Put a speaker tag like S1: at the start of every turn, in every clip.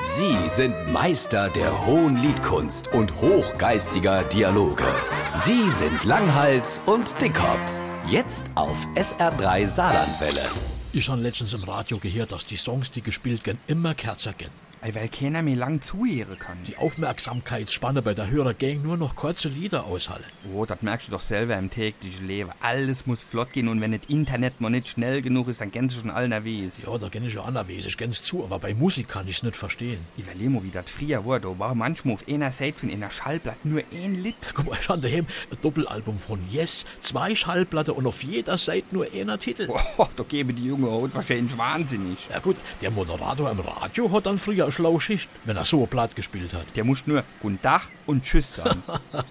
S1: Sie sind Meister der hohen Liedkunst und hochgeistiger Dialoge. Sie sind Langhals und Dickhop. Jetzt auf SR3 Saarlandwelle.
S2: Ich habe letztens im Radio gehört, dass die Songs, die gespielt werden, immer kürzer gehen.
S3: Ey, weil keiner mir lang zuhören kann.
S2: Die Aufmerksamkeitsspanne bei der Hörer ging nur noch kurze Lieder aushalten.
S3: Oh, das merkst du doch selber im täglichen Leben. Alles muss flott gehen und wenn das Internet mal nicht schnell genug ist, dann kennst du schon all nervös.
S2: Ja, da kenne ich ja annerwes, ich kenn's zu, aber bei Musik kann ich's nicht verstehen.
S3: Überleg mal, wie das früher war. Da war manchmal auf einer Seite von einer Schallplatte nur ein Lied.
S2: Guck mal, ich habe daheim ein Doppelalbum von Yes, zwei Schallplatte und auf jeder Seite nur einer Titel.
S3: Oh, da gäbe die junge Haut wahrscheinlich wahnsinnig.
S2: Ja gut, der Moderator im Radio hat dann früher eine schlaue Schicht, wenn er so ein Blatt gespielt hat.
S3: Der muss nur Guten Tag und Tschüss sagen.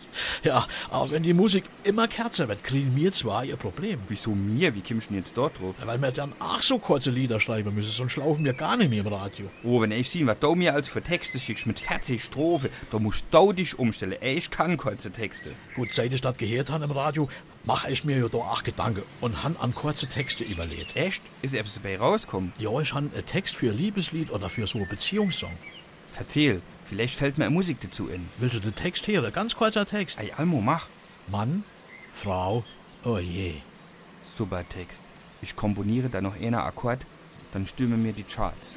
S2: Ja, aber wenn die Musik immer kürzer wird, kriegen wir zwar ihr Problem.
S3: Wieso mir? Wie kommst du denn jetzt dort drauf?
S2: Ja, Weil wir dann auch so kurze Lieder schreiben müssen, sonst laufen wir gar nicht mehr im Radio.
S3: Oh, wenn ich sehe, was du mir als für Texte schickst mit 40 Strophen, da musst du dich umstellen. Ey, ich kann kurze Texte.
S2: Gut, seit ich das gehört habe im Radio, mache ich mir ja da auch Gedanken und han an kurze Texte überlegt.
S3: Echt? Ist etwas dabei rauskommen?
S2: Ja, ich han einen Text für ein Liebeslied oder für so einen Beziehungssong.
S3: Erzähl, vielleicht fällt mir Musik dazu in.
S2: Willst du den Text hören? Ganz kurzer Text.
S3: Ey, Almo, mach.
S2: Mann, Frau, oh je.
S3: Super Text. Ich komponiere da noch einer Akkord, dann stürme mir die Charts.